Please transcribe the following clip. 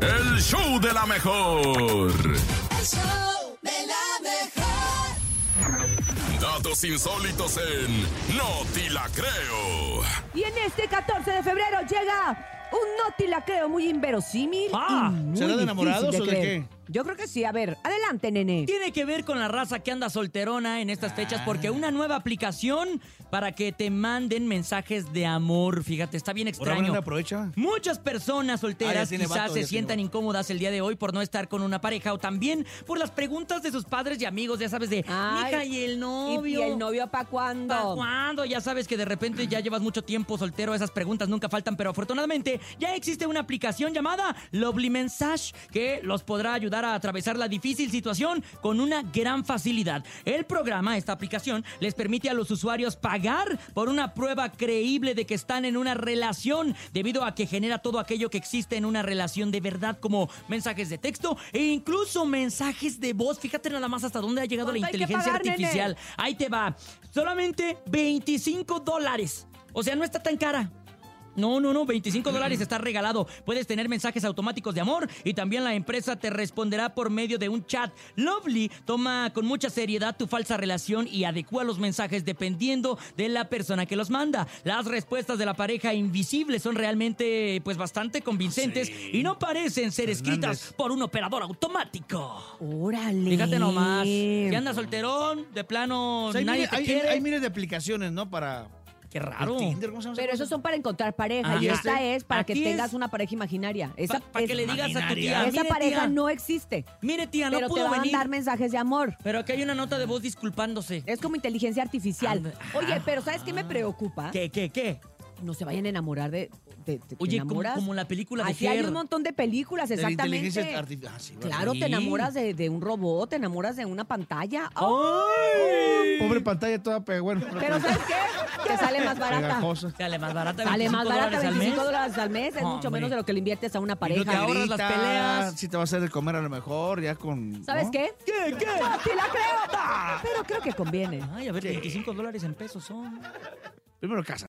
el show de la mejor. El show de la mejor. Datos insólitos en No Ti La Creo. Y en este 14 de febrero llega un notilacreo muy inverosímil. Ah, y muy ¿será de enamorados difícil o de creer. Yo creo que sí. A ver, adelante, nene. Tiene que ver con la raza que anda solterona en estas fechas porque Ah. una nueva aplicación para que te manden mensajes de amor, fíjate, está bien Por ahora extraño. no aprovecha. Muchas personas Ah, solteras ya tiene quizás vato, se ya tiene sientan vato. incómodas el día de hoy por no estar con una pareja o también por las preguntas de sus padres y amigos, ya sabes, de Ay, hija y el novio. ¿Y el novio para cuándo? ¿Para cuándo? Ya sabes que de repente ya llevas mucho tiempo soltero, esas preguntas nunca faltan, pero afortunadamente ya existe una aplicación llamada Lovely Mensage que los podrá ayudar a atravesar la difícil situación con una gran facilidad. El programa, esta aplicación, les permite a los usuarios pagar por una prueba creíble de que están en una relación, debido a que genera todo aquello que existe en una relación de verdad, como mensajes de texto e incluso mensajes de voz. Fíjate nada más hasta dónde ha llegado la ¿Cuánto Pues hay que inteligencia pagar, nene? artificial. Ahí te va. Solamente 25 dólares. O sea, no está tan cara. No, no, no, Mm. 25 dólares está regalado. Puedes tener mensajes automáticos de amor y también la empresa te responderá por medio de un chat. Lovely toma con mucha seriedad tu falsa relación y adecua los mensajes dependiendo de la persona que los manda. Las respuestas de la pareja invisible son realmente, pues, bastante convincentes y no parecen ser escritas Fernández. por un operador automático. Órale. Fíjate nomás. Si andas solterón, de plano O sea, hay, nadie miles, te hay- quiere. hay miles de aplicaciones, ¿no? Para Qué raro. el Tinder, ¿cómo se llama? esa Pero cosa? esos son para encontrar pareja Ajá. y esta es para que Aquí tengas es- una pareja imaginaria. Esa, Para que es- le digas a tu tía. imaginaria. esa "Mire, pareja tía, no existe, Mire, tía, no pero te pudo va a venir. mandar mensajes de amor. Pero aquí hay una nota de voz disculpándose. Es como inteligencia artificial. Ah, Oye, pero ¿sabes qué me preocupa? ¿Qué, qué, qué? No se vayan a enamorar de... de- de- ¿te Oye, como, enamoras? como la película de Así hay Cher. un montón de películas, De la exactamente. inteligencia artificial. Ah, sí, bueno. Claro, Sí. te enamoras de, de un robot, te enamoras de una pantalla. ¡Oh! ¡Ay! Pobre pantalla toda pe- bueno, Pero ¿sabes qué? Te sale más barata. pegajosa. Sale más barata. Sale más 25 barata dólares al 25 mes. dólares al mes. Es mucho Hombre. menos de lo que le inviertes a una Y te pareja. ahorras las peleas. Si te va a hacer de comer a lo mejor, ya con. ¿Sabes ¿no? qué? ¿Qué, ¡No, te la qué? creo! Pero creo que conviene. Ay, a ver, 25 dólares en pesos son. Primero casa.